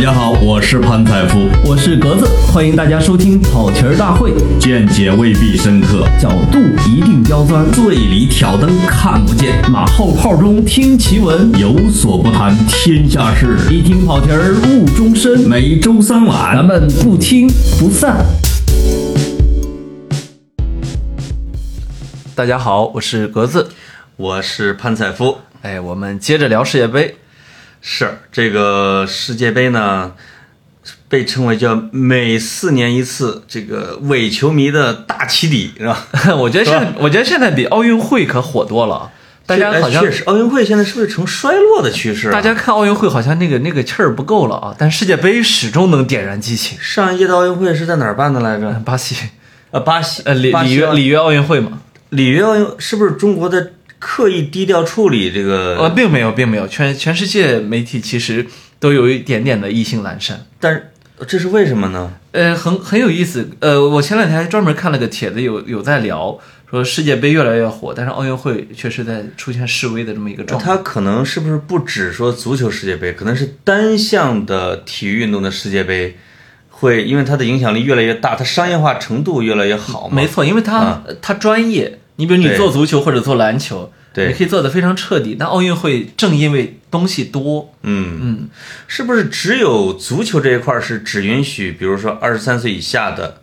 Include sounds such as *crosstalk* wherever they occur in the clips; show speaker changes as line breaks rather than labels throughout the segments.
家好，我是潘采夫，
我是格子，欢迎大家收听跑题儿大会，
见解未必深刻，
角度一定刁钻，
醉里挑灯看不见，
马后炮中听奇闻，
有所不谈天下事，
一听跑题儿误终身。
每周三晚
咱们不听不散。
大家好，我是格子。
我是潘采夫。
哎，我们接着聊世界杯。 *laughs*
是这个世界杯呢，被称为叫每四年一次这个伪球迷的大起底，是吧？
我觉得
是
现，我觉得现在比奥运会可火多了。 *laughs* 大家
哎
好像
确，实，奥运会现在是不是呈衰落的趋势啊？
大家看奥运会好像那个那个气儿不够了啊，但世界杯始终能点燃激情。
上一届的奥运会是在哪儿办的来着？
巴西，
呃，巴西，
呃，里
巴
里
西啊
约
奥
里约奥运会嘛？
里约奥运是不是中国的刻意低调处理这
呃，
个？
并没有，并没有，全全世界媒体其实都有一点点的意兴阑珊。
但是这是为什么呢？
呃，很很有意思。呃，我前两天还专门看了个帖子，有有在聊说世界杯越来越火，但是奥运会确实在出现示威的这么一个状态。
呃它可能是不是不止说足球世界杯，可能是单项的体育运动的世界杯，会因为它的影响力越来越大，它商业化程度越来越好嘛？
没错，因为他、
啊
他专业，你比如你
对
做足球或者做篮球，
对
你可以做的非常彻底。但奥运会正因为东西多，
嗯
嗯，
是不是只有足球这一块儿是只允许，比如说二十三岁以下的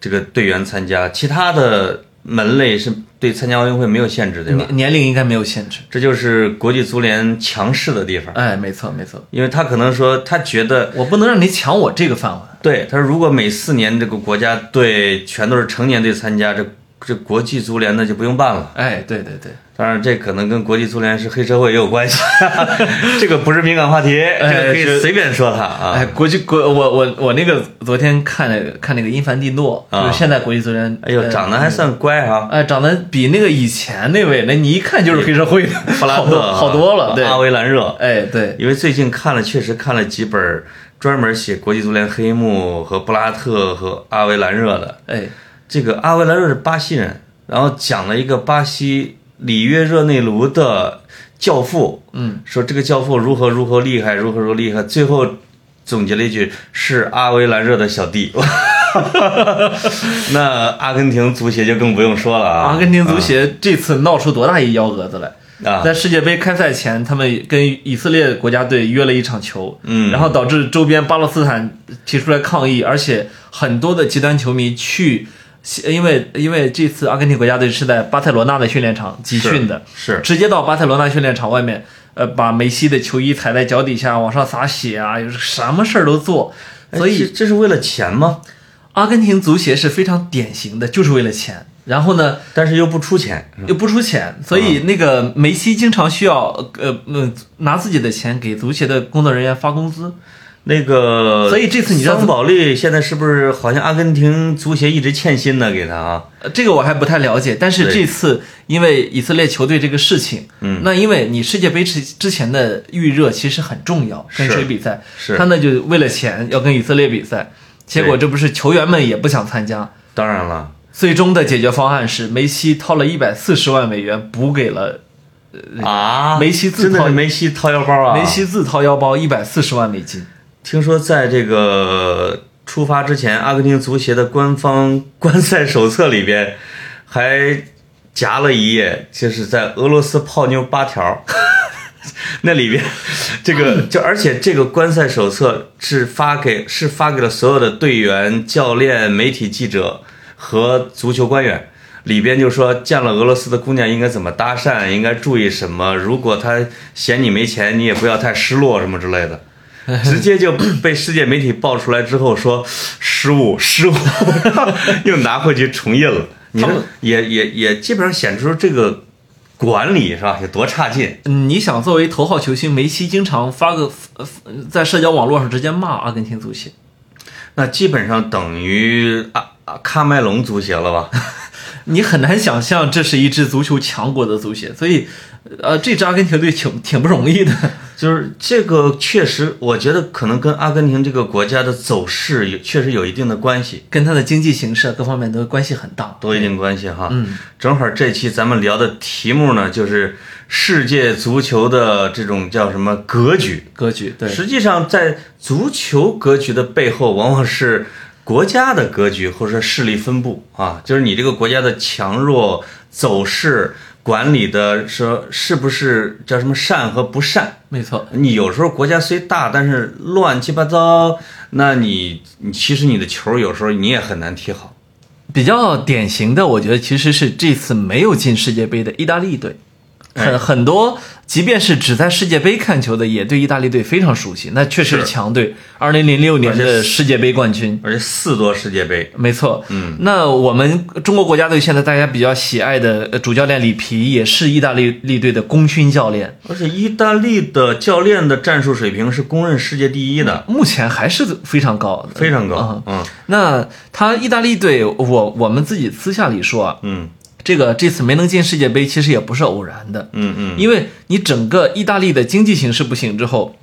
这个队员参加，其他的门类是对参加奥运会没有限制，对吧？
年年龄应该没有限制。
这就是国际足联强势的地方，
哎，没错没错，
因为他可能说他觉得
我不能让你抢我这个饭碗。
对，他说如果每四年这个国家队全都是成年队参加，这这国际足联呢就不用办了。
哎，对对对，
当然，这可能跟国际足联是黑社会也有关系， *laughs* 这个不是敏感话题，这个可以随便说他啊。
哎，国际国我我我那个昨天看了看那个因凡蒂诺，
啊
就是现在国际足联，
哎呦，
呃
长得还算乖啊，
哎，长得比那个以前那位，那你一看就是黑社
*laughs*
会的，
布拉
哎好
特
多
啊
好多了，对，
阿维兰热。
哎，对，
因为最近看了，确实看了几本专门写国际足联黑幕和布拉特和阿维兰热的。
哎，
这个阿维莱热是巴西人，然后讲了一个巴西里约热内卢的教父，
嗯，
说这个教父如何如何厉害，如何如何厉害，最后总结了一句是阿维莱热的小弟。那阿根廷足协就更不用说了啊，
阿根廷足协这次闹出多大一幺蛾子来？
啊
在世界杯开赛前，他们跟以色列国家队约了一场球，
嗯
然后导致周边巴勒斯坦提出来抗议，而且很多的极端球迷去，因为因为这次阿根廷国家队是在巴塞罗那的训练场集训的，
是
直接到巴塞罗那训练场外面，呃，把梅西的球衣踩在脚底下，往上洒血啊，有什么事儿都做，所
哎
以
这这是为了钱吗？
阿根廷足协是非常典型的，就是为了钱。然后呢，
但是又不出钱，
又不出钱，所
嗯
以那个梅西经常需要呃呃拿自己的钱给足协的工作人员发工资。
那个，
所以这次你知道
桑保利现在是不是好像阿根廷足协一直欠薪呢？给他啊，
呃这个我还不太了解，但是
对
这次因为以色列球队这个事情，嗯，那因为你世界杯之之前的预热其实很重要，跟
是
谁比赛，
是
他呢就为了钱要跟以色列比赛，结果
对
这不是球员们也不想参加，
当然了。
最终的解决方案是梅西掏了一百四十万美元补给了
啊，
梅西自
真的
掏
是梅西掏腰包啊！
梅西自掏腰包一百四十万美金。
听说在这个出发之前，阿根廷足协的官方 *laughs* 观赛手册里边还夹了一页，就是在俄罗斯泡妞八条。 *laughs* 那里边，这个就而且这个观赛手册是发给是发给了所有的队员、教练、媒体记者和足球官员。里边就说见了俄罗斯的姑娘应该怎么搭讪，应该注意什么。如果她嫌你没钱，你也不要太失落什么之类的。直接就被世界媒体爆出来之后说失误失误， *laughs* 又拿回去重印了。你
他
们
们
也也也基本上显出这个管理是吧？有多差劲。
嗯，你想作为头号球星梅西，经常发个呃在社交网络上直接骂阿根廷足协，
那基本上等于啊啊喀麦隆足协了吧？ *laughs*
你很难想呃象这是一支足球强国的足协，所以，呃，这支阿根廷队挺挺不容易的。 *laughs*
就是这个确实，我觉得可能跟阿根廷这个国家的走势有确实有一定的关系，
跟它的经济形势啊各方面都关系很大。
多一定关系哈。嗯，正好这期咱们聊的题目呢，就是世界足球的这种叫什么格局。
格局对，
实际上，在足球格局的背后，往往是国家的格局或者说势力分布啊，就是你这个国家的强弱走势、管理的说是不是叫什么善和不善。
没错，
你有时候国家虽大，但是乱七八糟，那你你其实你的球有时候你也很难踢好。
比较典型的，我觉得其实是这次没有进世界杯的意大利队。很很多，即便是只在世界杯看球的，也对意大利队非常熟悉。那确实是
是
强队，二零零六年的世界杯冠军，
而且四多世界杯，
没错，
嗯，
那我们中国国家队现在大家比较喜爱的呃主教练里皮也是意大利利队的功勋教练，
而且意大利的教练的战术水平是公认世界第一的，
目前还是非常高的，
非
啊
常高。嗯
那他意大利队，我我们自己私下里说啊，
嗯
这个这次没能进世界杯，其实也不是偶然的，
嗯嗯，
因为你整个意大利的经济形势不行之后，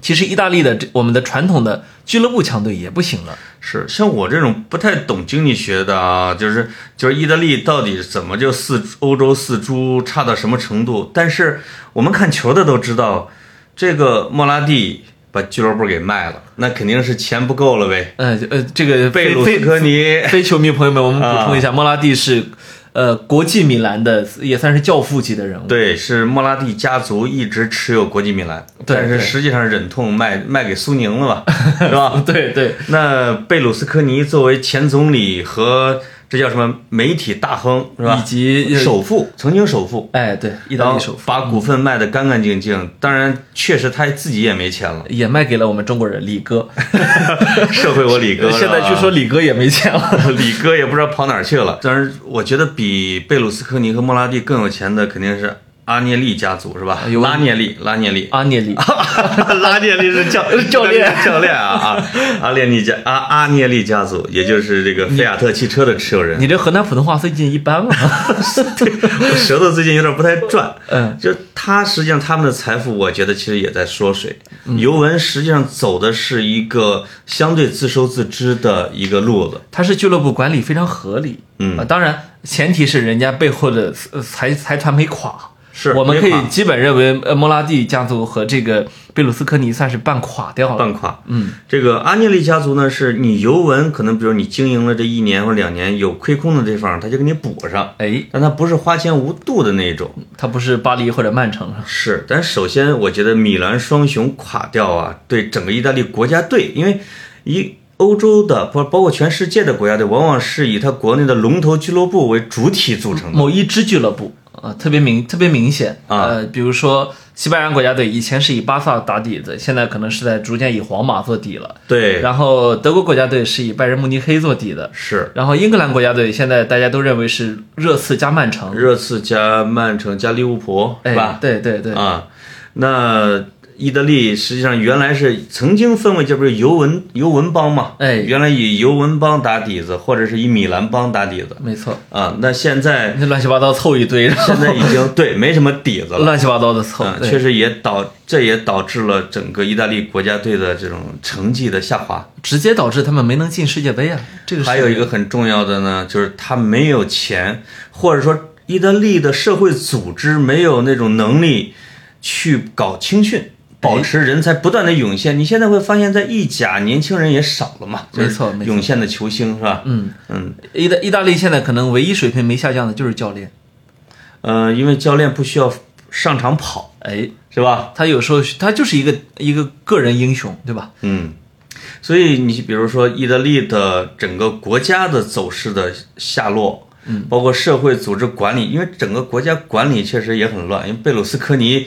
其实意大利的这我们的传统的俱乐部强队也不行了。
是像我这种不太懂经济学的啊，就是就是意大利到底怎么就四欧洲四猪差到什么程度？但是我们看球的都知道，这个莫拉蒂把俱乐部给卖了，那肯定是钱不够了呗。
呃呃，这个
贝
非
鲁斯
非
科尼啊
非球迷朋友们，我们补充一下，莫拉蒂是呃国际米兰的也算是教父级的人物。
对，是莫拉蒂家族一直持有国际米兰，
对
但是
对
实际上忍痛卖卖给苏宁了吧，是吧？
*laughs* 对对，
那贝鲁斯科尼作为前总理和这叫什么媒体大亨是吧？
以及呃
首富，曾经首富，
哎对，意
然
大
后
利首富，
把股份卖得干干净净。当然，确实他自己也没钱了
也卖给了我们中国人李哥，
社会我李哥。
*laughs* 现在
是吧
据说李哥也没钱了。
李哥也不知道跑哪儿去了。当然，我觉得比贝鲁斯科尼和莫拉蒂更有钱的肯定是阿涅利家族，是吧？
有
拉涅利，拉涅
*laughs*
利，
阿涅
*laughs*
利，
拉涅利是教
教练
教练啊啊！阿涅利家阿阿涅利家族，也就是这个菲亚特汽车的持有人。
你这河南普通话最近一般啊嘛？
*laughs* 我舌头最近有点不太转，
嗯，
就他实际上他们的财富，我觉得其实也在缩水。尤文实际上走的是一个相对自收自支的一个路子，
他是俱乐部管理非常合理，
嗯
啊当然前提是人家背后的呃财财团没垮。
是
我们可
没垮
以基本认为，呃，莫拉蒂家族和这个贝鲁斯科尼算是半垮掉了。
半垮。嗯，这个阿涅利家族呢，是你尤文可能比如你经营了这一年或者两年有亏空的地方，他就给你补上，
哎，
但他不是花钱无度的那种。
他不是巴黎或者曼城，
是，但首先我觉得米兰双雄垮掉啊，对整个意大利国家队，因为一欧洲的包包括全世界的国家队，往往是以他国内的龙头俱乐部为主体组成的。
某一支俱乐部啊、特别明特别明显
啊
呃，比如说西班牙国家队以前是以巴萨打底子，现在可能是在逐渐以皇马做底了。
对，
然后德国国家队是以拜仁慕尼黑做底的，
是
然后英格兰国家队现在大家都认为是热刺加曼城，
热刺加曼城加利物浦，是
哎
吧，？
对对对，
啊，那意大利实际上原来是曾经分为，这不是尤文尤文帮嘛？
哎
原来以尤文帮打底子，或者是以米兰帮打底子
没错，
啊。那现在
那乱七八糟凑一堆，然
*laughs*
后
现在已经对没什么底子了。
乱七八糟的凑，
嗯，
对
确实也导，这也导致了整个意大利国家队的这种成绩的下滑。
直接导致他们没能进世界杯啊。这个是
还有一个很重要的呢，就是他没有钱，或者说意大利的社会组织没有那种能力去搞青训，保持人才不断的涌现。你现在会发现在意甲年轻人也少了嘛，
没错
就是
没错
涌现的球星是吧？
嗯
嗯
意大意大利现在可能唯一水平没下降的就是教练，
呃，因为教练不需要上场跑，
哎，
是吧？
他有时候他就是一个一个个人英雄，对吧？
嗯，所以你比如说意大利的整个国家的走势的下落，嗯，包括社会组织管理，因为整个国家管理确实也很乱，因为贝鲁斯科尼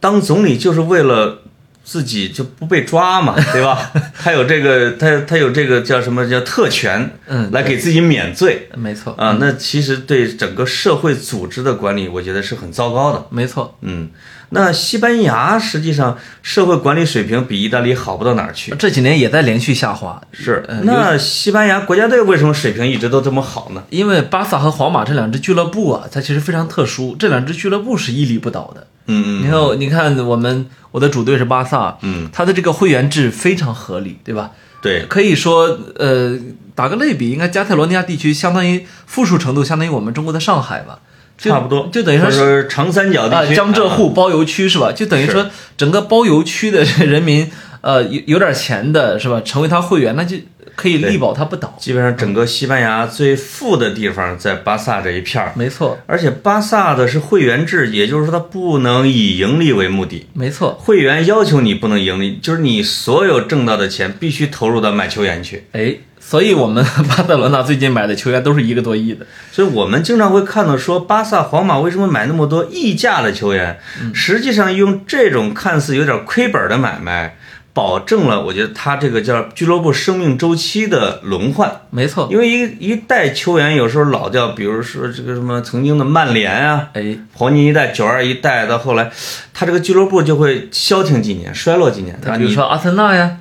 当总理就是为了。自己就不被抓 *laughs* 嘛，对吧？他有这个，他他有这个叫什么叫特权，
嗯
来给自己免罪
没错，
啊。那其实对整个社会组织的管理，我觉得是很糟糕的。
没错，
嗯，那西班牙实际上社会管理水平比意大利好不到哪儿去。
这几年也在连续下滑，
是
呃，
那西班牙国家队为什么水平一直都这么好呢？
因为巴萨和皇马这两支俱乐部啊，它其实非常特殊，这两支俱乐部是屹立不倒的。
嗯
你看我，你看我们我的主队是巴萨，
嗯，
他的这个会员制非常合理，对吧？
对，
可以说，呃，打个类比，应该加泰罗尼亚地区相当于富庶程度相当于我们中国的上海吧，就
差不多，
就等于说
或者
是
说长三角
啊
地，区，
江浙
啊
沪包邮区是吧？就等于说整个包邮区的这人民，呃，有有点钱的是吧？成为他会员，那就可以力保他不倒。
基本上整个西班牙最富的地方在巴萨这一片儿，
没错，
而且巴萨的是会员制，也就是说它不能以盈利为目的。
没错。
会员要求你不能盈利，就是你所有挣到的钱必须投入到买球员去。
哎，所以我们 *laughs* 巴塞罗那最近买的球员都是一个多亿的。
所以我们经常会看到说，巴萨、皇马为什么买那么多溢价的球员？实际上用这种看似有点亏本的买卖，保证了我觉得他这个叫俱乐部生命周期的轮换。
没错，
因为一一代球员有时候老掉，比如说这个什么曾经的曼联啊，
哎，
黄金一代、九二一代，到后来，他这个俱乐部就会消停几年，衰落几年。
比如说阿森纳呀，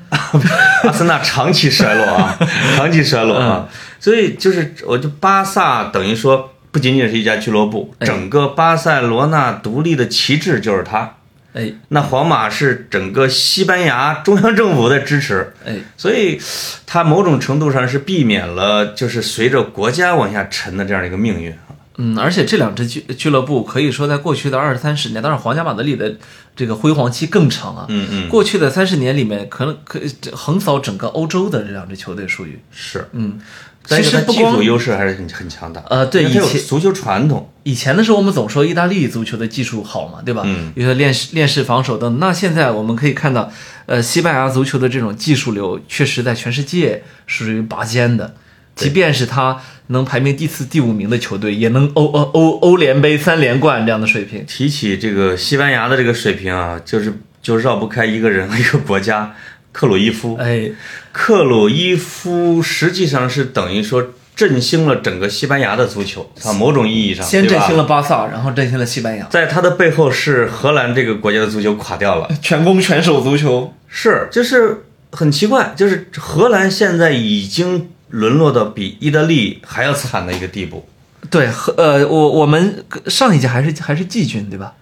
阿森纳长期衰落
*laughs*
啊，长期衰落啊，
嗯
所以就是我就巴萨等于说不仅仅是一家俱乐部，
哎
整个巴塞罗那独立的旗帜就是它。
哎
那皇马是整个西班牙中央政府的支持，
哎，
所以它某种程度上是避免了就是随着国家往下沉的这样的一个命运。啊
嗯，而且这两支俱俱乐部可以说在过去的二三十年，当然皇家马德里的这个辉煌期更长啊。
嗯嗯，
过去的三十年里面，可能可这横扫整个欧洲的这两支球队属于，
是，
嗯，
但
其
是
实
它
不
技
光
术优势还是很很强大。
呃对
因为它有
以前
足球传统。
以前的时候，我们总说意大利足球的技术好嘛，对吧？
嗯，
有些练式练式防守等。那现在我们可以看到，呃，西班牙足球的这种技术流，确实在全世界属于拔尖的。即便是他能排名第四、第五名的球队，也能欧欧欧欧联杯三连冠这样的水平。
提起这个西班牙的这个水平啊，就是就绕不开一个人和一个国家，克鲁伊夫。
哎，
克鲁伊夫实际上是等于说振兴了整个西班牙的足球，啊，某种意义上，
先振兴
对吧。
了巴萨，然后振兴了西班牙，
在他的背后是荷兰这个国家的足球垮掉了，
全攻全守足球。
是就是很奇怪，就是荷兰现在已经沦落到比意大利还要惨的一个地步。
对，和呃，我我们上一届还是还是季军，对吧？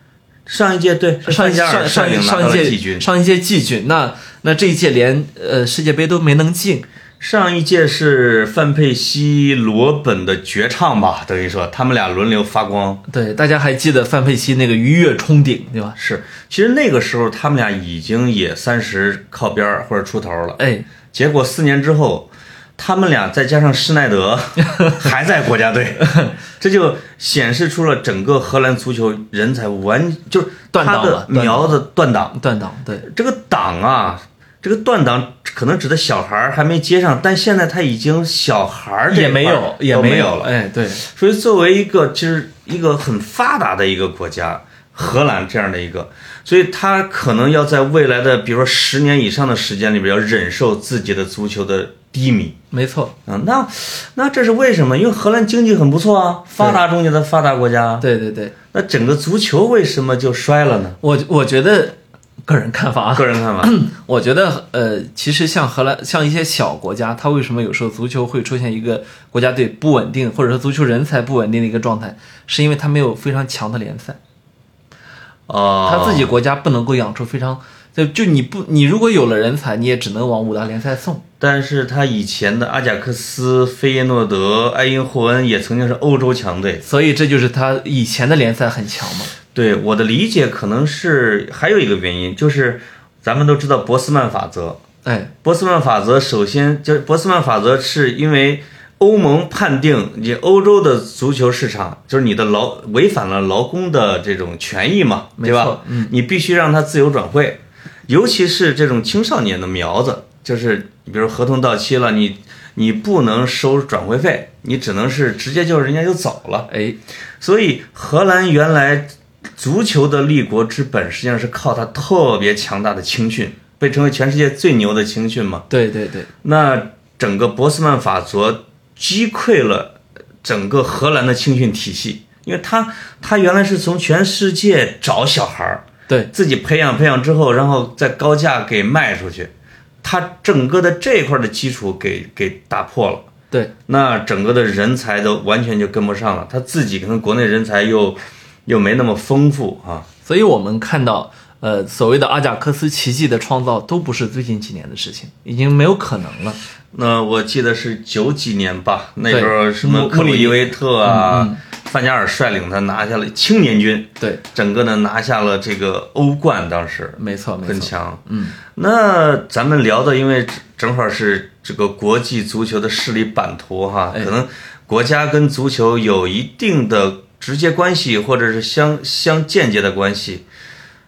上一届对是
上
一
一
届阿
上
尔
上
率
一
领拿
上
到
一
了
届
季军，
上一届季军，那那这一届连呃世界杯都没能进，
上一届是范佩西、罗本的绝唱吧，等于说他们俩轮流发光。
对，大家还记得范佩西那个鱼跃冲顶，对吧？
是，其实那个时候他们俩已经也三十靠边儿或者出头了。
哎，
结果四年之后，他们俩再加上施
*laughs*
耐德还在国家队，这就显示出了整个荷兰足球人才完就是
断档
他的
了断档
苗子断档。
断档，对，
这个档啊，这个断档可能指的小孩儿还没接上，但现在他已经小孩儿这
也没
块儿
有，也
都没
有
了。
哎，对，
所以，作为一个其实一个很发达的一个国家，荷兰这样的一个，所以它可能要在未来的，比如说十年以上的时间里边，要忍受自己的足球的低迷
没错，
啊。那那这是为什么？因为荷兰经济很不错啊，发达中间的发达国家啊。
对对对，
那整个足球为什么就衰了呢？
我我觉得个人看法啊，
个人看
*clears throat*
法，
我觉得，呃，其实像荷兰，像一些小国家，它为什么有时候足球会出现一个国家队不稳定，或者说足球人才不稳定的一个状态，是因为它没有非常强的联赛，
哦，
它自己国家不能够养出非常，就就你不，你如果有了人才，你也只能往五大联赛送。
但是他以前的阿贾克斯、费耶诺德、埃因霍恩也曾经是欧洲强队。
所以这就是他以前的联赛很强嘛。
对我的理解，可能是还有一个原因，就是咱们都知道博斯曼法则。
哎，
博斯曼法则首先就是博斯曼法则，是因为欧盟判定你欧洲的足球市场就是你的劳违反了劳工的这种权益嘛，
没
对
错
吧？嗯，你必须让它自由转会，尤其是这种青少年的苗子，就是你比如合同到期了，你你不能收转会费，你只能是直接就人家就走了。
哎，
所以荷兰原来足球的立国之本，实际上是靠它特别强大的青训，被称为全世界最牛的青训嘛。
对对对，
那整个博斯曼法则击溃了整个荷兰的青训体系，因为他他原来是从全世界找小孩儿，
对
自己培养培养之后，然后再高价给卖出去，他整个的这一块的基础给给打破了。
对，
那整个的人才都完全就跟不上了，他自己可能国内人才又又没那么丰富啊。
所以我们看到，呃，所谓的阿贾克斯奇迹的创造都不是最近几年的事情，已经没有可能了。
那我记得是九几年吧，那
对
时候什么
穆
克鲁
穆里嗯
伊维特啊、范加尔率领他拿下了青年军，
对，
整个呢拿下了这个欧冠，当时
没错，没
很
错。
强。嗯，那咱们聊的，因为正好是这个国际足球的势力版图哈，
哎
可能国家跟足球有一定的直接关系，或者是相相间接的关系。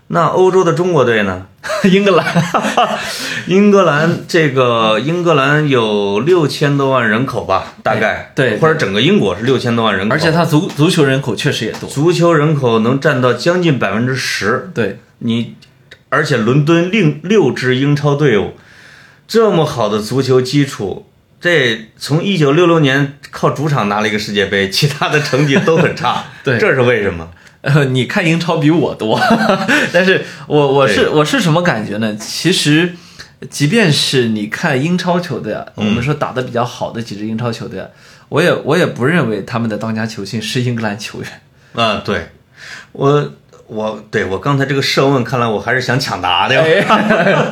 那欧洲的中国队呢？
*laughs* 英格兰，
*laughs* 英格兰这个英格兰有六千多万人口吧，大概
哎对对
或者整个英国是六千多万人口，
而且它足足球人口确实也多。
足球人口能占到将近百分之十，
对，
你而且伦敦另六支英超队伍，这么好的足球基础，这从一九六六年靠主场拿了一个世界杯，其他的成绩都很差，
对
这是为什么？
呃，你看英超比我多， *laughs* 但是我我是
对
我是什么感觉呢？其实，即便是你看英超球队啊，我
嗯
们说打得比较好的几支英超球队啊，我也我也不认为他们的当家球星是英格兰球员。
啊，对，我我对我刚才这个设问，看来我还是想抢答
哎
的呀，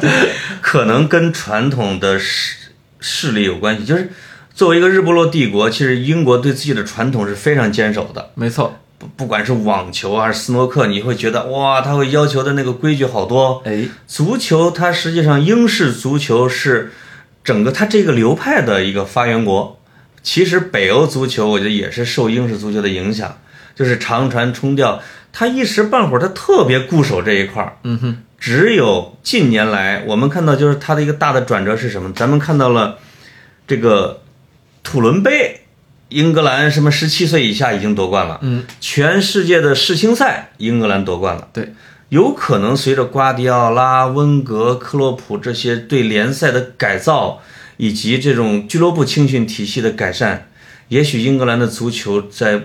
可能跟传统的势势力有关系，就是作为一个日不落帝国，其实英国对自己的传统是非常坚守的。
*laughs* 没错，
不不管是网球还是斯诺克，你会觉得哇，他会要求的那个规矩好多。
哎，
足球它实际上英式足球是整个它这个流派的一个发源国。其实北欧足球我觉得也是受英式足球的影响，就是长传冲吊，他一时半会儿他特别固守这一块儿。
嗯哼，
只有近年来我们看到就是它的一个大的转折是什么？咱们看到了这个土伦杯。英格兰什么十七岁以下已经夺冠了，
嗯，
全世界的世青赛英格兰夺冠了，
对，
有可能随着瓜迪奥拉、温格、克洛普这些对联赛的改造，以及这种俱乐部青训体系的改善，也许英格兰的足球在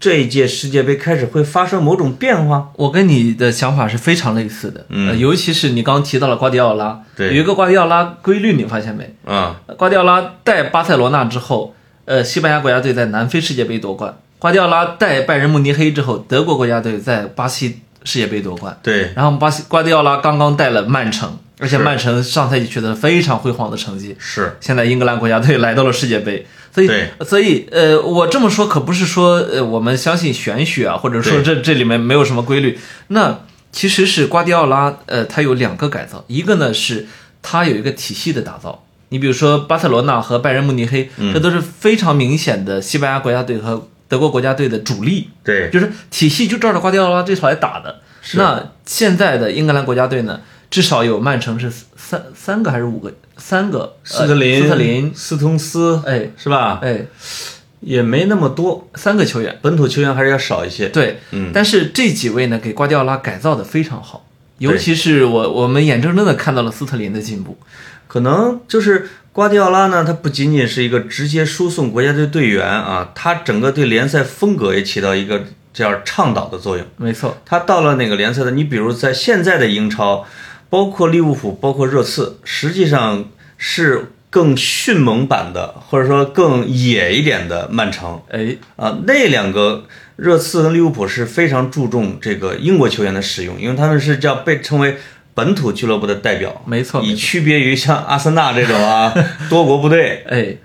这一届世界杯开始会发生某种变化。
我跟你的想法是非常类似的。
嗯
呃尤其是你刚刚提到了瓜迪奥拉，
对
有一个瓜迪奥拉规律，你发现没？
啊、
瓜迪奥拉带巴塞罗那之后，呃，西班牙国家队在南非世界杯夺冠；瓜迪奥拉带拜仁慕尼黑之后，德国国家队在巴西世界杯夺冠。
对，
然后巴西瓜迪奥拉刚刚带了曼城，而且
是
曼城上赛季取得了非常辉煌的成绩，
是，
现在英格兰国家队来到了世界杯，所以
对
所以呃，我这么说可不是说呃我们相信玄学啊，或者说
对
这这里面没有什么规律。那其实是瓜迪奥拉，呃，他有两个改造，一个呢是他有一个体系的打造。你比如说巴塞罗那和拜仁慕尼黑，
嗯
这都是非常明显的西班牙国家队和德国国家队的主力，
对，
就是体系就照着瓜迪奥拉这套来打的。
是
那现在的英格兰国家队呢，至少有曼城是三三个还是五个？三个，呃
斯特林、
斯特林，
斯通斯，
哎
是吧？
哎，
也没那么多，
三个球员。
本土球员还是要少一些。
对，
嗯
但是这几位呢，给瓜迪奥拉改造的非常好，
对
尤其是我我们眼睁睁的看到了斯特林的进步。
可能就是瓜迪奥拉呢，他不仅仅是一个直接输送国家队队员啊，他整个对联赛风格也起到一个叫倡导的作用。
没错，
他到了哪个联赛的？你比如在现在的英超，包括利物浦，包括热刺，实际上是更迅猛版的，或者说更野一点的曼城。
哎，
啊，那两个热刺跟利物浦是非常注重这个英国球员的使用，因为他们是叫被称为本土俱乐部的代表，
没错没
以
错
区别于像阿森纳这种
*laughs*
啊多国部队。
哎，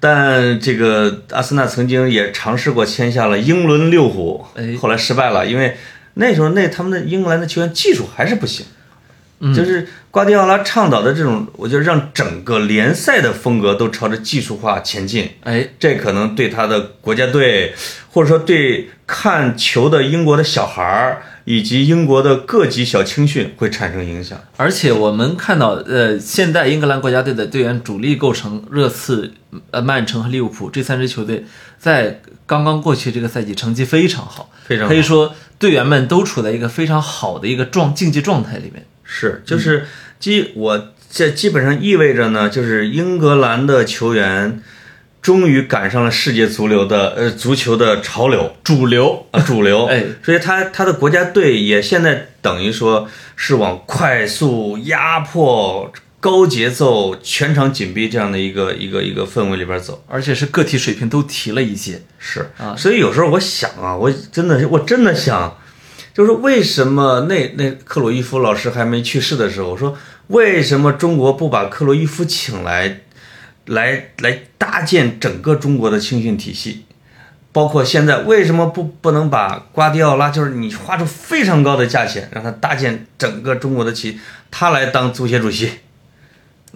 但这个阿森纳曾经也尝试过签下了英伦六虎
哎，
后来失败了，因为那时候那他们的英格兰的球员技术还是不行。
嗯
就是瓜迪奥拉倡导的这种，我觉得让整个联赛的风格都朝着技术化前进。
哎，
这可能对他的国家队，或者说对看球的英国的小孩儿，以及英国的各级小青训会产生影响。
而且我们看到，呃，现在英格兰国家队的队员主力构成热刺、呃曼城和利物浦这三支球队，在刚刚过去这个赛季成绩非常好，
非常好
可以说队员们都处在一个非常好的一个状竞技状态里面。
是，嗯就是基我这基本上意味着呢，就是英格兰的球员终于赶上了世界足流的呃足球的潮流。
主流，
啊，主流，
哎
所以他他的国家队也现在等于说是往快速、压迫、高节奏、全场紧逼这样的一个一个一个氛围里边走。
而且是个体水平都提了一阶。
是
啊
所以有时候我想啊，我真的是我真的想，就是为什么那那克鲁伊夫老师还没去世的时候，我说为什么中国不把克鲁伊夫请来，来来搭建整个中国的青训体系？包括现在为什么不不能把瓜迪奥拉，就是你花出非常高的价钱让他搭建整个中国的旗，他来当足协主席，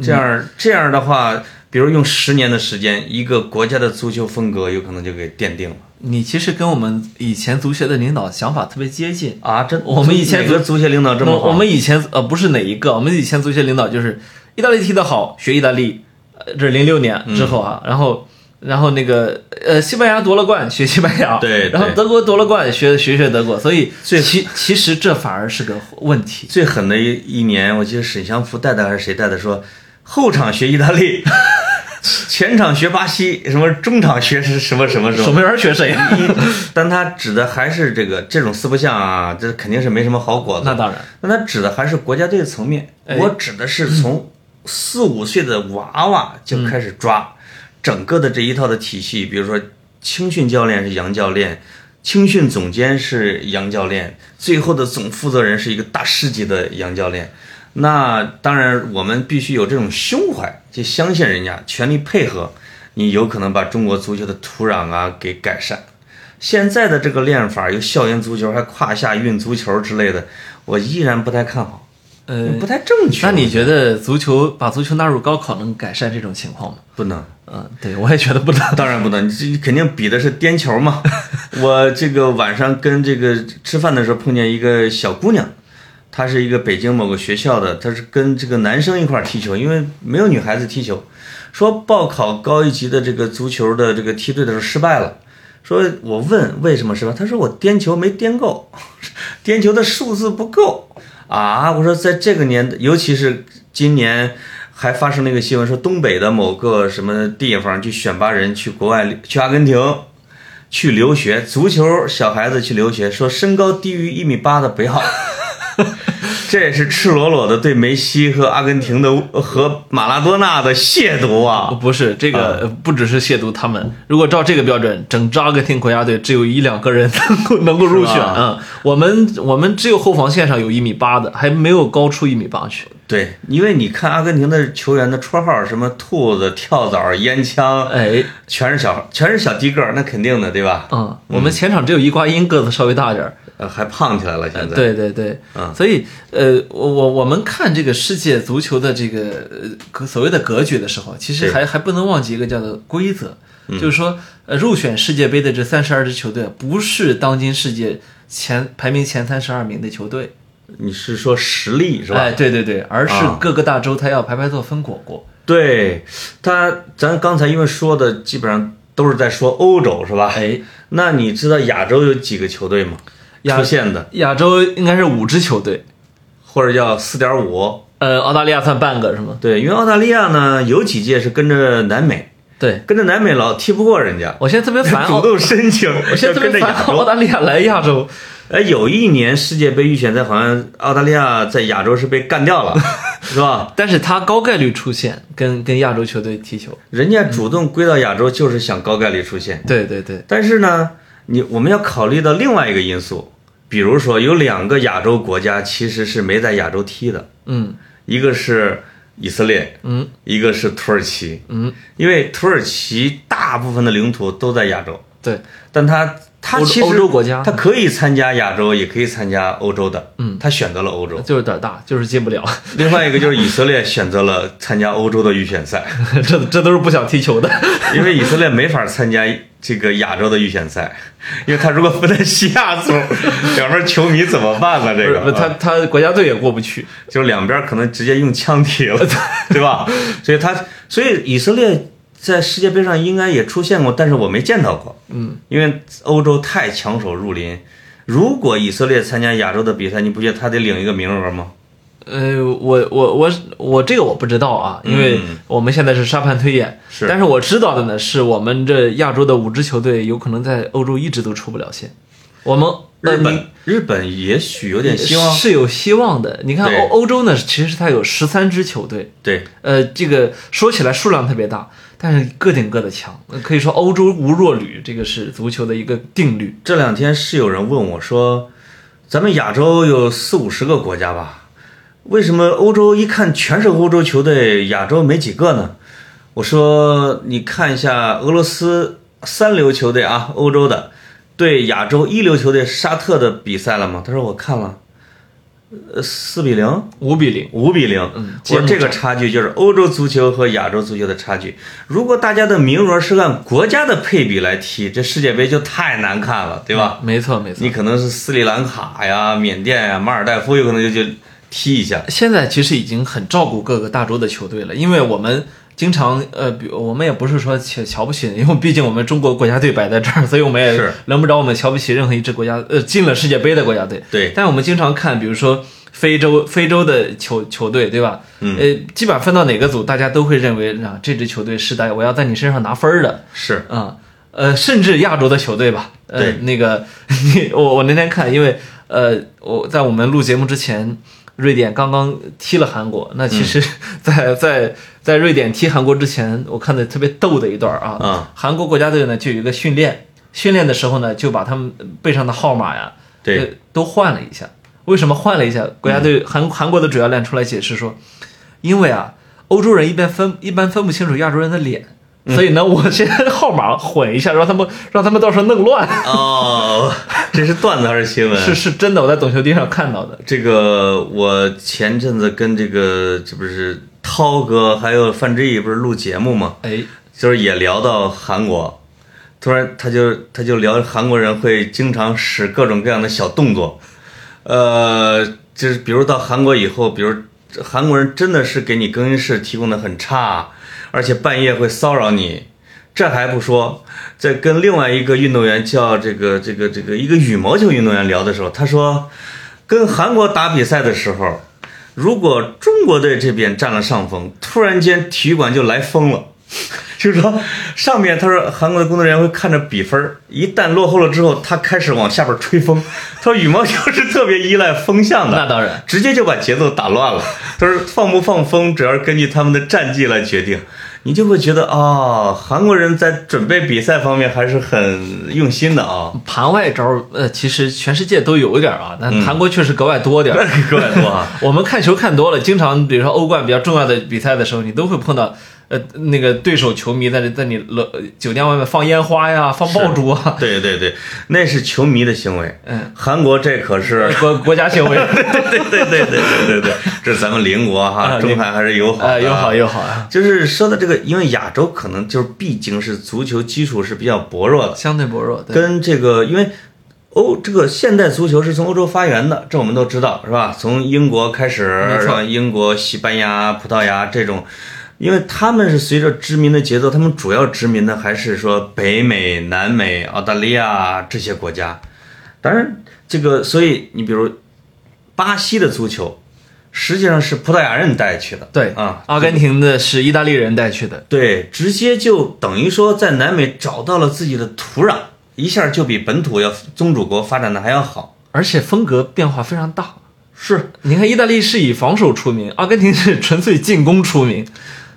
这样这样的话，比如用十年的时间，一个国家的足球风格有可能就给奠定了
你其实跟我们以前足协的领导想法特别接近。
啊！真
我们以前
哪个足协领啊导这么
那
好？
我们以前呃不是哪一个，我们以前足协领导就是意大利踢得好，学意大利，呃这是零六年
嗯
之后啊，然后然后那个呃西班牙夺了冠，学西班牙，
对对
然后德国夺了冠，学学学德国，所以
最
其其实这反而是个问题。
最狠的一一年，我记得沈祥福带的还是谁带的说，后场学意大
*laughs*
利，前场学巴西，什么中场学是什么什么什么
守。门员学谁？
嗯但他指的还是这个这种四不像啊，这肯定是没什么好果子。
*laughs* 那当然，
那他指的还是国家队层面，
哎
我指的是从四五岁的娃娃就开始抓、整个的这一套的体系，比如说青训教练是杨教练，青训总监是杨教练，最后的总负责人是一个大师级的杨教练。那当然，我们必须有这种胸怀，就相信人家，全力配合，你有可能把中国足球的土壤啊给改善。现在的这个练法，有校园足球，还胯下运足球之类的，我依然不太看好，
呃，
嗯不太正确。
那你觉得足球把足球纳入高考能改善这种情况吗？
不能？
嗯，对我也觉得不能。
当然不能，你这肯定比的是颠球嘛。
*laughs*
我这个晚上跟这个吃饭的时候碰见一个小姑娘，她是一个北京某个学校的，她是跟这个男生一块儿踢球，因为没有女孩子踢球。说报考高一级的这个足球的这个梯队的时候失败了，说我问为什么失败，她说我颠球没颠够， *laughs* 颠球的数字不够啊！我说，在这个年代，尤其是今年，还发生了一个新闻，说东北的某个什么地方去选拔人去国外去阿根廷去留学，足球小孩子去留学，说身高低于一米八的不要。 *laughs* 这也是赤裸裸的对梅西和阿根廷的和马拉多纳的亵渎啊！
哦不是这个，呃不只是亵渎他们。如果照这个标准，整支阿根廷国家队只有一两个人能够能够入选。
是吧
嗯，我们我们只有后防线上有一米八的，还没有高出一米八去。
对，因为你看阿根廷的球员的绰号，什么兔子、跳蚤、烟枪，
哎，
全是小，全是小低个儿，那肯定的，对吧？
嗯，我们前场只有伊瓜因个子稍微大点儿。
呃，还胖起来了，现在。，
呃对对对，
嗯
所以呃，我我我们看这个世界足球的这个呃格所谓的格局的时候，其实
对嗯
还还不能忘记一个叫做规则，就是说呃，入选世界杯的这三十二支球队不是当今世界前排名前三十二名的球队，
你是说实力是吧？
哎，对对对，而是
啊
各个大洲它要排排坐分果果。
对，他咱刚才因为说的基本上都是在说欧洲是吧？
哎，
那你知道亚洲有几个球队吗？
亚
出现的
亚洲应该是五支球队，
或者叫四点五，
呃，澳大利亚算半个是吗？
对，因为澳大利亚呢有几届是跟着南美，
对，
跟着南美老踢不过人家，
我现在特别烦
*laughs* 主
澳，
动申请，我
我现在
要
特
跟着
别烦
亚
澳
洲。
大利亚来亚洲。
哎，有一年世界杯预选赛好像澳大利亚在亚洲是被干
*laughs*
掉了，是吧？
但是他高概率出现跟跟亚洲球队踢球。
人家主动归到亚洲就是想高概率出现，
对对对，
但是呢，你我们要考虑到另外一个因素，比如说有两个亚洲国家其实是没在亚洲踢的，
嗯
一个是以色列，
嗯，
一个是土耳其，
嗯，
因为土耳其大部分的领土都在亚洲，
对，
但他他
欧
其实
欧洲国家
他可以参加亚洲，也可以参加欧洲的，
嗯
他选择了欧洲。
就是胆儿大，就是进不了， *laughs*
另外一个就是以色列选择了参加欧洲的预选赛，
这这都是不想踢球的。
因为以色列没法参加这个亚洲的预选赛，因为他如果分在西亚组，两边球迷怎么办呢？这
不是 *laughs*
个
他
啊
他国家队也过不去。
就是两边可能直接用枪踢
*laughs*
了，对吧？所以他所以以色列在世界杯上应该也出现过，但是我没见到过，
嗯，
因为欧洲太强手入林。如果以色列参加亚洲的比赛，你不觉得他得领一个名额吗？
呃，我我我我这个我不知道啊，因为
嗯
我们现在是沙盘推演。
是
但是我知道的呢，是我们这亚洲的五支球队有可能在欧洲一直都出不了线。我们
日
呃
本、
你
日本也许有点希望，
是有希望的。你看
对
欧欧洲呢，其实它有十三支球队，
对，
呃，这个说起来数量特别大，但是个顶个的强，呃可以说欧洲无弱旅，这个是足球的一个定律。
这两天是有人问我说，咱们亚洲有四五十个国家吧，为什么欧洲一看全是欧洲球队，亚洲没几个呢？我说你看一下俄罗斯三流球队啊，欧洲的对亚洲一流球队沙特的比赛了吗？他说我看了，呃，四比零。
五比零，
五比零，其实这个差距就是欧洲足球和亚洲足球的差距。如果大家的名额是按国家的配比来踢，这世界杯就太难看了，对吧？
没错没错
你。可能是斯里兰卡呀、缅甸呀、马尔代夫有可能就就踢一下。
现在其实已经很照顾各个大洲的球队了，因为我们经常呃，比我们也不是说瞧瞧不起，因为毕竟我们中国国家队摆在这儿，所以我们也
是
轮不着我们瞧不起任何一支国家呃进了世界杯的国家队。
对
但我们经常看，比如说非洲非洲的球球队，对吧？嗯，呃，基本上分到哪个组，大家都会认为啊，这支球队是在我要在你身上拿分儿的。
是，
啊，呃，甚至亚洲的球队吧。呃、
对
那个 *laughs* 我我那天看，因为呃，我在我们录节目之前，瑞典刚刚踢了韩国。那其实
嗯
*laughs* 在、在在瑞典踢韩国之前，我看的特别逗的一段啊，
啊
韩国国家队呢就有一个训练，训练的时候呢就把他们背上的号码呀，
对
呃，都换了一下。为什么换了一下？国家队、韩韩国的主教练出来解释说，因为啊，欧洲人一般分一般分不清楚亚洲人的脸，所以呢，我先号码混一下，让他们让他们到时候弄乱。
哦， *laughs* 这是段子还是新闻？
是是真的，我在懂球帝上看到的。
这个我前阵子跟这个这不是涛哥还有范志毅不是录节目吗？
哎，
就是也聊到韩国，突然他就他就聊韩国人会经常使各种各样的小动作，呃，就是比如到韩国以后，比如韩国人真的是给你更衣室提供的很差，而且半夜会骚扰你。这还不说，在跟另外一个运动员叫这个这个这个一个羽毛球运动员聊的时候，他说，跟韩国打比赛的时候，如果中国队这边占了上风，突然间体育馆就来风了。 *laughs* 就是说，上面他说韩国的工作人员会看着比分儿，一旦落后了之后，他开始往下边吹风。他说羽毛球是特别依赖风向的，
那当然，
直接就把节奏打乱了。他说放不放风，主要是根据他们的战绩来决定。你就会觉得啊、哦，韩国人在准备比赛方面还是很用心的啊、
盘外招，呃，其实全世界都有一点啊，但韩国确实格外多点儿。 *laughs*
各位多啊，
我们看球看多了，经常比如说欧冠比较重要的比赛的时候，你都会碰到，呃，那个对手球迷在这在你楼酒店外面放烟花呀，放爆竹
*laughs*
啊，
*laughs* 对对对，那是球迷的行为。
嗯，
韩国这可是
国国家行为，
对对对对对对对，这是咱们邻国哈，
啊
中韩还是友好的啊，
呃，友好友好啊，
就是说的这个，因为亚洲可能就是毕竟是足球基础是比较薄弱的，
相对薄弱，对，
跟这个因为欧这个现代足球是从欧洲发源的，这我们都知道是吧？从英国开始，
没错
然后英国、西班牙、葡萄牙这种，因为他们是随着殖民的节奏，他们主要殖民的还是说北美、南美、澳大利亚这些国家。当然，这个所以你比如巴西的足球，实际上是葡萄牙人带去的，
对
啊，
阿根廷的是意大利人带去的，
对，直接就等于说在南美找到了自己的土壤，一下就比本土要宗主国发展的还要好。
而且风格变化非常大。
是
你看，意大利是以防守出名，阿根廷是纯粹进攻出名。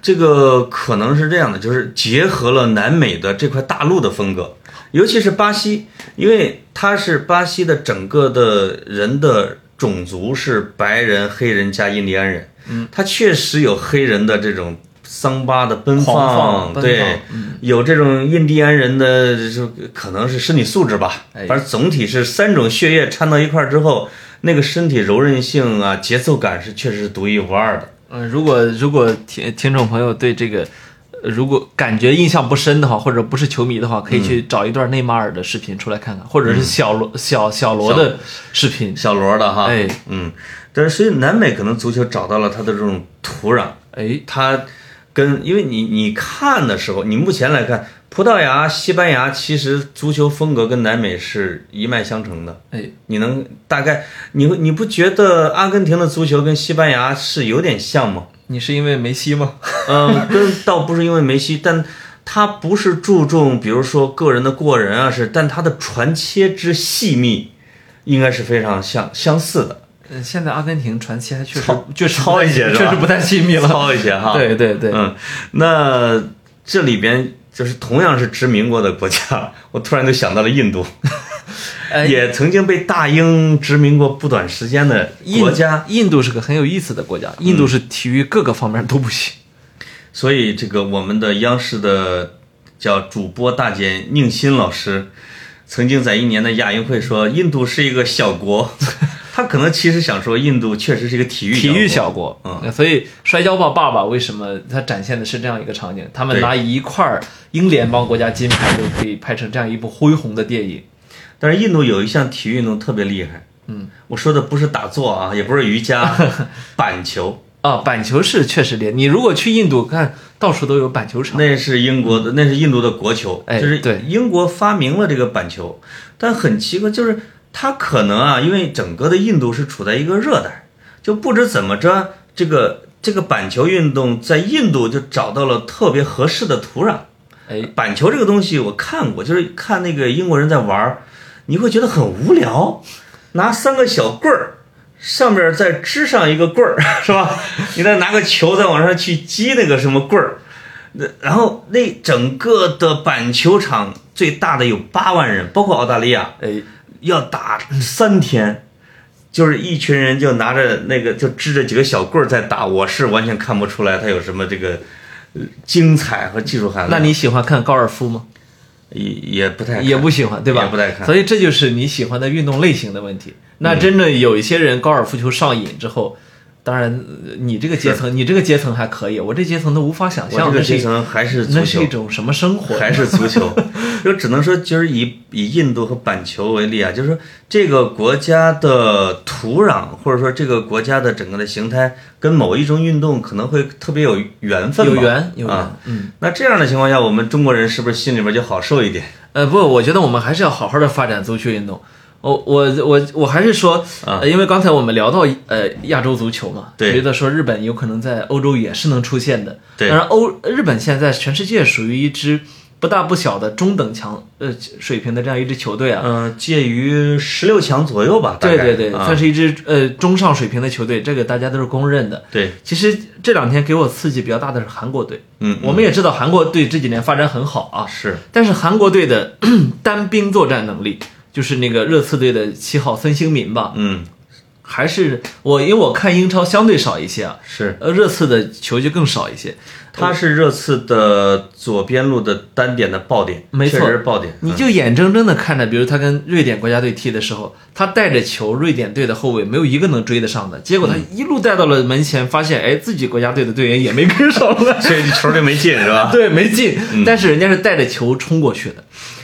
这个可能是这样的，就是结合了南美的这块大陆的风格，尤其是巴西，因为它是巴西的整个的人的种族是白人、黑人加印第安人，嗯，它确实有黑人的这种。桑巴的奔放，
狂放奔
对，
放嗯
有这种印第安人的，就是可能是身体素质吧，
哎
反正总体是三种血液掺到一块儿之后，那个身体柔韧性啊、节奏感是确实是独一无二的。
嗯，如果如果听听众朋友对这个，呃如果感觉印象不深的话，或者不是球迷的话，可以去找一段内马尔的视频出来看看，或者是小罗、小嗯小罗的视频。
小罗的哈，
哎
嗯，但是所以南美可能足球找到了它的这种土壤，
哎，
它跟因为你你看的时候，你目前来看，葡萄牙、西班牙其实足球风格跟南美是一脉相承的。
哎，
你能大概你会你不觉得阿根廷的足球跟西班牙是有点像吗？
你是因为梅西吗？
嗯， *laughs* 跟倒不是因为梅西，但他不是注重比如说个人的过人啊是，但他的传切之细密，应该是非常相相似的。
嗯，现在阿根廷传奇还确实
糙
确实不
糙
太
一些是吧
确实不太 *laughs* 亲密了。
糙一些哈
对对对，
嗯，那 *laughs* 这里边就是同样是殖民过的国家，我突然就想到了印度。
*laughs* 哎
也曾经被大英殖民过不短时间的
印
国家，
印度是个很有意思的国家，印度是体育各个方面都不行。
所以这个我们的央视的叫主播大姐宁新老师，曾经在一年的亚运会说，印度是一个小国， *laughs* 他可能其实想说，印度确实是一个体育
体育
小
小
国，
国，
嗯
那所以摔跤吧爸爸为什么它展现的是这样一个场景？他们
对
拿一块儿英联邦国家金牌都可以拍成这样一部恢宏的电影。
但是印度有一项体育运动特别厉害，嗯，我说的不是打坐啊，也不是瑜伽，板球，
啊，板球是确实厉害。你如果去印度看，到处都有板球场。
那是英国的，那是印度的国球，
哎
就是
对
英国发明了这个板球，但很奇怪，就是它可能啊，因为整个的印度是处在一个热带，就不知怎么着，这个这个板球运动在印度就找到了特别合适的土壤。呃
哎，
板球这个东西我看过，就是看那个英国人在玩儿，你会觉得很无聊，拿三个小棍儿，上面再支上一个棍儿， *laughs* 是吧？你再拿个球再往上去击那个什么棍儿，那然后那整个的板球场最大的有八万人，包括澳大利亚，
哎，
要打三天。就是一群人就拿着那个就支着几个小棍儿在打，我是完全看不出来他有什么这个呃精彩和技术含量。
那你喜欢看高尔夫吗？
也也不太看
也不喜欢，对吧？
也不太看
所以这就是你喜欢的运动类型的问题。那真的有一些人高尔夫球上瘾之后，当然呃你这个阶层，你这个阶层还可以，我这阶层都无法想
我这
象，
个
那是
阶
一
层还是足
那是一
球，
种什么生活？
*laughs* 还是足球，就只能说就是以以印度和板球为例啊，就是说这个国家的土壤或者说这个国家的整个的形态跟某一种运动可能会特别有缘分吧，
有缘有缘
啊，嗯，那这样的情况下，我们中国人是不是心里边就好受一点？
呃，不，我觉得我们还是要好好的发展足球运动。我我我我还是说，
啊
呃，因为刚才我们聊到呃亚洲足球嘛，
对
觉得说日本有可能在欧洲也是能出现的。
对
当然欧日本现在全世界属于一支不大不小的中等强呃水平的这样一支球队啊。
嗯、介于十六强左右吧，大
对
概
对对，
啊
算是一支呃中上水平的球队，这个大家都是公认的。
对，
其实这两天给我刺激比较大的是韩国队，
嗯，
我们也知道韩国队这几年发展很好啊，
是
但是韩国队的 *clears throat* 单兵作战能力，就是那个热刺队的七号孙兴民吧，
嗯
还是我因为我看英超相对少一些啊，
是，
呃，热刺的球就更少一些。
他是热刺的左边路的单点的爆点，
没错
确实是爆点，
你
嗯 *laughs*
就眼睁睁的看着，比如他跟瑞典国家队踢的时候，他带着球，瑞典队的后卫没有一个能追得上的，结果他
嗯
一路带到了门前，发现哎，自己国家队的队员也没跟上来，
所以球就没进是吧？
*laughs* 对，没进。
嗯
但是人家是带着球冲过去的，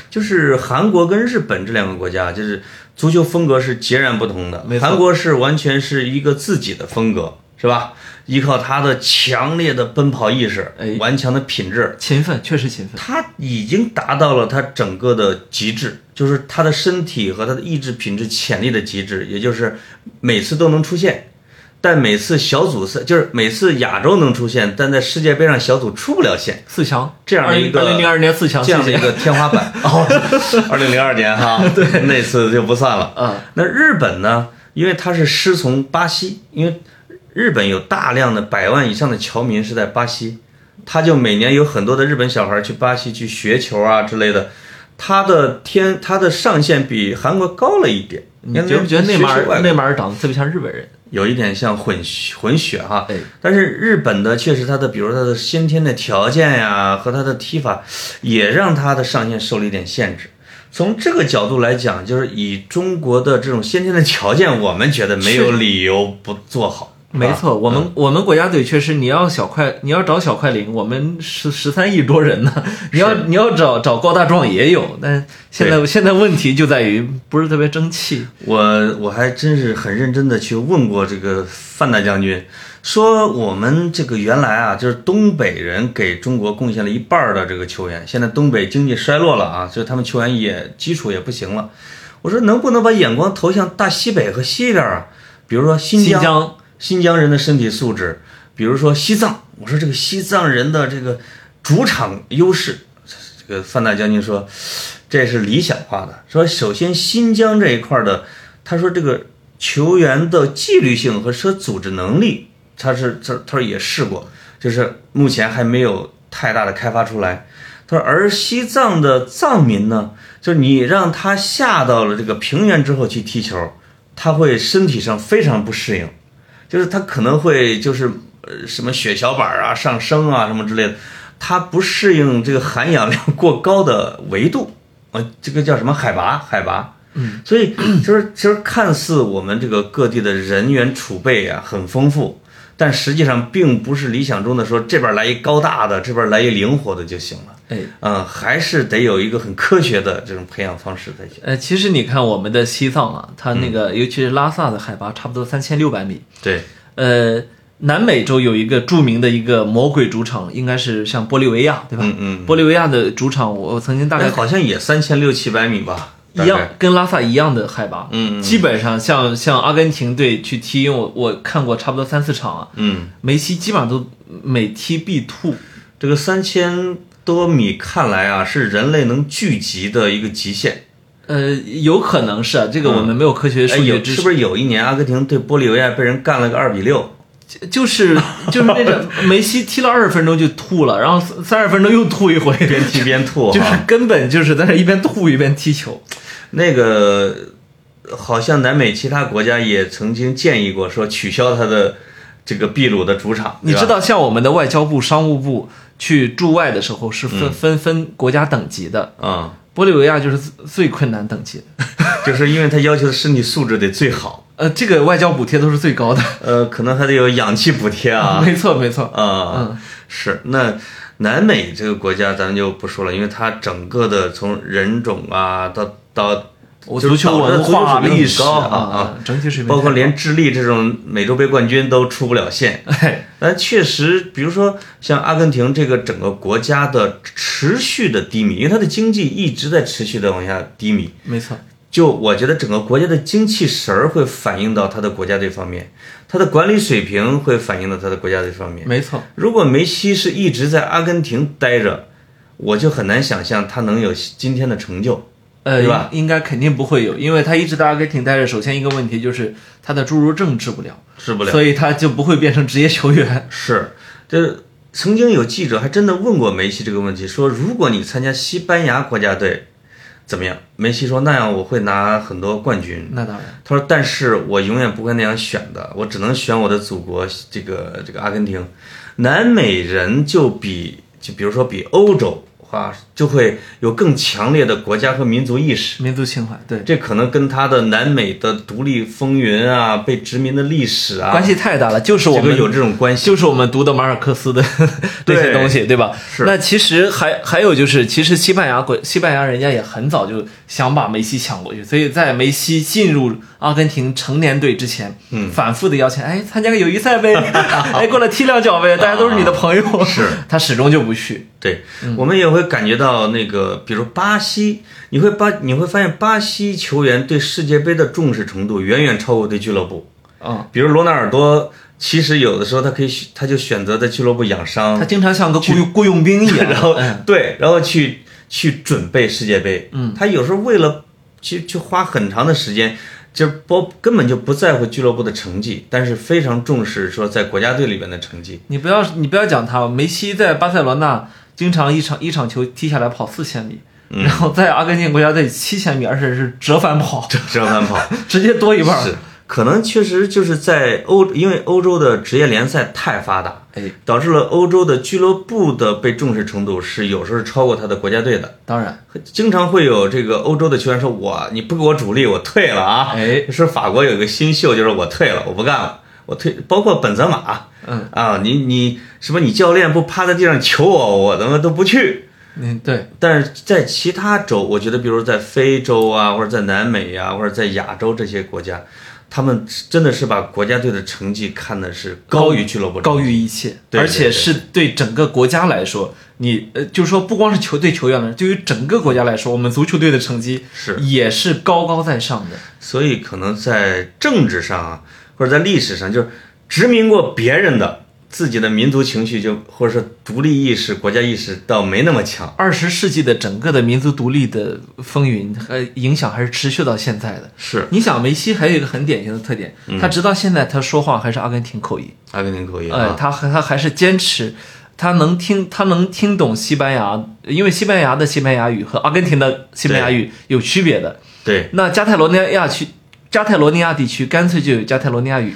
就是韩国跟日本这两个国家，就是足球风格是截然不同的
没。错
韩国是完全是一个自己的风格，是吧？依靠他的强烈的奔跑意识
哎、
顽强的品质，
勤奋，确实勤奋。
他已经达到了他整个的极致，就是他的身体和他的意志品质潜力的极致，也就是每次都能出现。但每次小组赛就是每次亚洲能出现，但在世界杯上小组出不了线，
四强，
这样的一个
二零零二年四强，
这样
谢
的
谢
一个天花
*laughs*
板。哦，二零零二年哈，对， *laughs* 那次就不算了。
嗯，
那日本呢？因为它是师从巴西，因为日本有大量的百万以上的侨民是在巴西，他就每年有很多的日本小孩去巴西去学球啊之类的。他的天，他的上限比韩国高了一点。
你觉嗯不觉得内马
学习外
尔
国啊
内马尔长得特别像日本人？
有一点像混血混血哈，
哎
但是日本的确实他的，比如他的先天的条件呀和他的踢法，也让他的上限受了一点限制。从这个角度来讲，就是以中国的这种先天的条件，我们觉得没有
是
理由不做好。
没
啊
错，我们我们国家队确实，你要小快，你要找小快灵，我们十十三亿多人呢，你要你要找找高大壮也有，但现在现在问题就在于不是特别争气。
我我还真是很认真的去问过这个范大将军，说我们这个原来啊，就是东北人给中国贡献了一半儿的这个球员，现在东北经济衰落了啊，就是他们球员也基础也不行了。我说能不能把眼光投向大西北和西边啊？比如说新
新
疆、
疆
新疆人的身体素质，比如说西藏，我说这个西藏人的这个主场优势，这个范大将军说这是理想化的，说首先新疆这一块儿的，他说这个球员的纪律性和说组织能力，他是他他说也试过，就是目前还没有太大的开发出来。他说，而西藏的藏民呢，就是你让他下到了这个平原之后去踢球，他会身体上非常不适应，就是他可能会就是呃什么血小板啊上升啊什么之类的，他不适应这个含氧量过高的维度，呃，这个叫什么海拔？海拔。嗯，所以就是其实看似我们这个各地的人员储备啊很丰富，但实际上并不是理想中的说这边来一高大的，这边来一灵活的就行了。
哎，
嗯，还是得有一个很科学的这种培养方式才行。
呃，其实你看我们的西藏啊，它
嗯
那个、尤其是拉萨的海拔差不多三千六百米，
对，
呃，南美洲有一个著名的一个魔鬼主场，应该是像玻利维亚，对吧？
嗯嗯嗯
玻利维亚的主场，我我曾经大概
*laughs* 哎，好像也三千六七百米吧，
一
大
样
概，
跟拉萨一样的海拔，
嗯嗯
基本上像像阿根廷队去踢，因为我我看过差不多三四场啊，
嗯，
梅西基本上都每踢必吐，
这个三千多米看来啊，是人类能聚集的一个极限。
呃，有可能是啊，这个我们没有科学
哎，
数据
有
支
是
持，
不是有一年阿根廷对玻利维亚被人干了个二比
*laughs*
六？
就是就是那个
*laughs*
梅西踢了二十分钟就吐了，然后三三十分钟又吐一回，
边踢边 *laughs* 吐啊
就是
哈。
根本就是在那一边吐一边踢球，
那个好像南美其他国家也曾经建议过说取消他的这个秘鲁的主场，
你
对吧
知道，像我们的外交部、商务部去驻外的时候是
嗯
分分分国家等级的，
啊、
玻利维亚就是最最困难等级的。
就是因为他要求身体素质得最好，
呃，这个外交补贴都是最高的，
呃，可能还得有氧气补贴啊，
*laughs* 没错没错。
啊、是那南美这个国家咱们就不说了，因为它整个的从人种啊到到
我
就是
足球
导致
文
足球
化、
水平
历史
很高
啊
啊，
整体水平
包括
太高
连智利这种美洲杯冠军都出不了线。
哎
但确实，比如说像阿根廷这个整个国家的持续的低迷，因为它的经济一直在持续的往下低迷，
没错，
就我觉得整个国家的精气神儿会反映到它的国家这方面，它的管理水平会反映到它的国家这方面。
没错。
如果梅西是一直在阿根廷待着，我就很难想象他能有今天的成就。
呃，
对吧
应应该肯定不会有，因为他一直在阿根廷待着。首先一个问题就是他的侏儒症治不了，
治不了
所以他就不会变成职业球员。
是，这曾经有记者还真的问过梅西这个问题，说如果你参加西班牙国家队怎么样？梅西说那样我会拿很多冠军。
那当然，
他说：“但是我永远不会那样选的，我只能选我的祖国，这个这个阿根廷。南美人就比就比如说比欧洲啊，就会有更强烈的国家和民族意识。
民族情怀对，
这可能跟他的南美的独立风云啊，被殖民的历史啊，
关系太大了，就是我
这个
们
有这种关系。
就是我们读的马尔克斯的那些
*laughs* 对
东西，对吧？
是
那其实还还有就是，其实西班牙国西班牙人家也很早就想把梅西抢过去，所以在梅西进入阿根廷成年队之前，嗯，反复的邀请，哎，参加个友谊赛
*laughs*
呗，哎，过来踢两脚呗，大家都是你的朋友。
是，
*laughs* 他始终就不去。
对，
嗯
我们也会感觉到那个，比如巴西，你会巴你会发现巴西球员对世界杯的重视程度远远超过对俱乐部。
嗯，
比如罗纳尔多，其实有的时候他可以选他就选择在俱乐部养
他
伤，
经常像个雇佣雇佣兵一样，
*laughs* 然后、
哎
对，然后去去准备世界杯。嗯，他有时候为了去去花很长的时间，就不根本就不在乎俱乐部的成绩，但是非常重视说在国家队里面的成绩。
你不要你不要讲他，梅西在巴塞罗那经常一场一场球踢下来跑四千米。
嗯
然后在阿根廷国家队七千米，而且是折返
*laughs*
跑，
知道慢跑
直接多一半儿。
是，可能确实就是在欧，因为欧洲的职业联赛太发达，
哎，
导致了欧洲的俱乐部的被重视程度是有时候是超过他的国家队的。
当然，
经常会有这个欧洲的球员说：“我你不给我主力，我退了啊！”
哎
说法国有一个新秀，就是我退了，我不干了，我退。包括本泽马，
嗯
啊，你你什么？你教练不趴在地上求我，我他妈都不去。
嗯，对，
但是在其他州，我觉得，比如在非洲啊，或者在南美啊，或者在亚洲这些国家，他们真的是把国家队的成绩看的是高于俱乐部的，
高于一切，
对
而且
对
是对整个国家来说，你呃，就是说不光是球队球员们，对于整个国家来说，我们足球队的成绩
是
也是高高在上的。
所以可能在政治上啊，或者在历史上，就是殖民过别人的自己的民族情绪就或者是独立意识、国家意识倒没那么强。
二十世纪的整个的民族独立的风云和影响还是持续到现在的。
是
你想，梅西还有一个很典型的特点，他直到现在他说话还是阿根廷口音，
阿根廷口音
呃，
啊，
他还他还是坚持。他能听他能听懂西班牙，因为西班牙的西班牙语和阿根廷的西班牙语有区别的。
对
那加泰罗尼亚区，加泰罗尼亚地区干脆就有加泰罗尼亚语。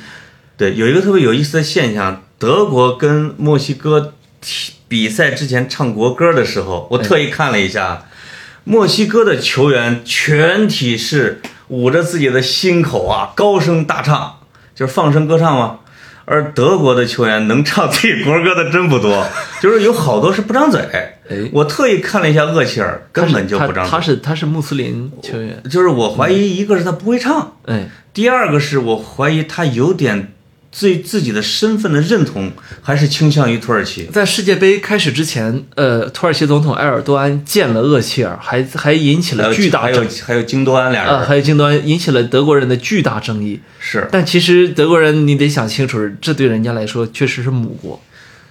对，有一个特别有意思的现象，德国跟墨西哥踢比赛之前唱国歌的时候，我特意看了一下，啊
嗯
墨西哥的球员全体是捂着自己的心口啊，高声大唱，就是放声歌唱嘛。而德国的球员能唱自己国歌的真不多，就是有好多是不张嘴。我特意看了一下厄齐尔，根本就不张
哎他他
嘴。
是他是穆斯林球员，
就是我怀疑，一个是他不会唱，
哎，
第二个是我怀疑他有点对自己的身份的认同，还是倾向于土耳其。
在世界杯开始之前，呃，土耳其总统埃尔多安见了厄齐尔，还还引起
还
了
有
呃巨大
呃还有
争
还有京多安俩人、
啊，还有京端引起了德国人的巨大争议。
是。
但其实德国人，你得想清楚，这对人家来说确实是母国。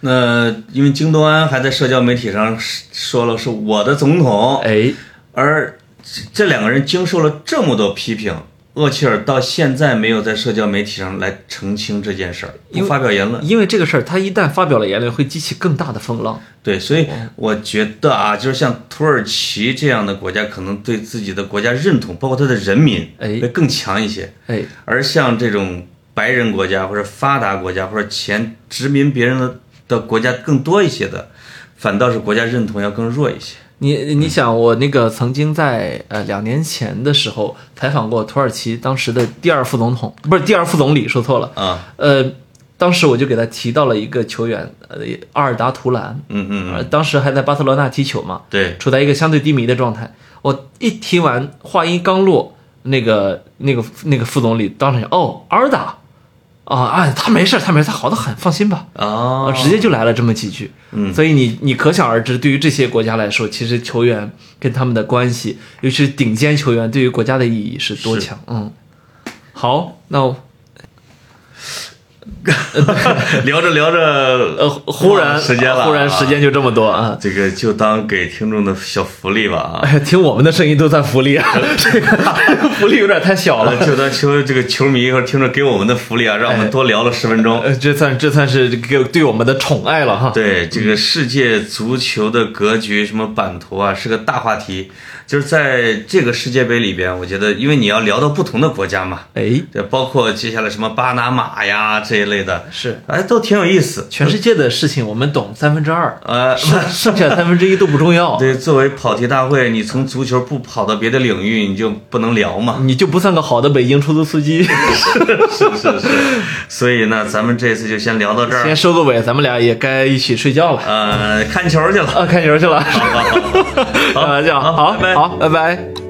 那因为京多安还在社交媒体上说了是我的总统，
哎，
而这这两个人经受了这么多批评，厄齐尔到现在没有在社交媒体上来澄清这件事儿，
因
不
为嗯
发表言论。
因为这个事儿，他一旦发表了言论，会激起更大的风浪。
对，所以我觉得啊，就是像土耳其这样的国家，可能对自己的国家认同，包括他的人民，
哎
会更强一些。
哎，
而像这种白人国家或者发达国家或者前殖民别人的的国家更多一些的，反倒是国家认同要更弱一些。
你你想，我那个曾经在呃两年前的时候采访过土耳其当时的第二副总统，不是第二副总理，说错了。
啊，
呃，当时我就给他提到了一个球员，呃，阿尔达图兰，
嗯嗯
呃
嗯，
当时还在巴塞罗那踢球嘛，
对，
处在一个相对低迷的状态。我一提完，话音刚落，那个那个那个副总理当场就哦，阿尔达，啊啊，他没事儿，他没事儿，他好的很，放心吧。啊，，
哦 *laughs*
直接就来了这么几句。
嗯
所以你你可想而知，对于这些国家来说，其实球员跟他们的关系，尤其是顶尖球员，对于国家的意义是多强。嗯，好，那呃我
聊着聊着，
呃，
呃
忽然
时间了啊，
忽然时间就这么多啊。
这个就当给听众的小福利吧啊。
哎呀，听我们的声音都算福利啊， *laughs* 这个福利有点太小了。
呃就当球这个球迷或者听众给我们的福利啊，让我们多聊了十分钟。
呃，这算这算是给对我们的宠爱了哈。
对这个世界足球的格局、什么版图啊，是个大话题。就是在这个世界杯里边，我觉得，因为你要聊到不同的国家嘛，
哎，
对，包括接下来什么巴拿马呀这一类的，
是
哎，都挺有意思。
全世界的事情我们懂三分之二，
呃，
剩 *laughs* 剩下三分之一都不重要。
对，作为跑题大会，你从足球不跑到别的领域，你就不能聊
*laughs*
嘛。
你就不算个好的北京出租司机。
是是是。所以呢，咱们这次就先聊到这
*laughs* 先
儿。
收个尾，咱们俩也该一起睡觉了
呃，看球去了。
*laughs* 啊，看球去了。
好好好
开玩笑，
好
好
拜拜
好，拜拜。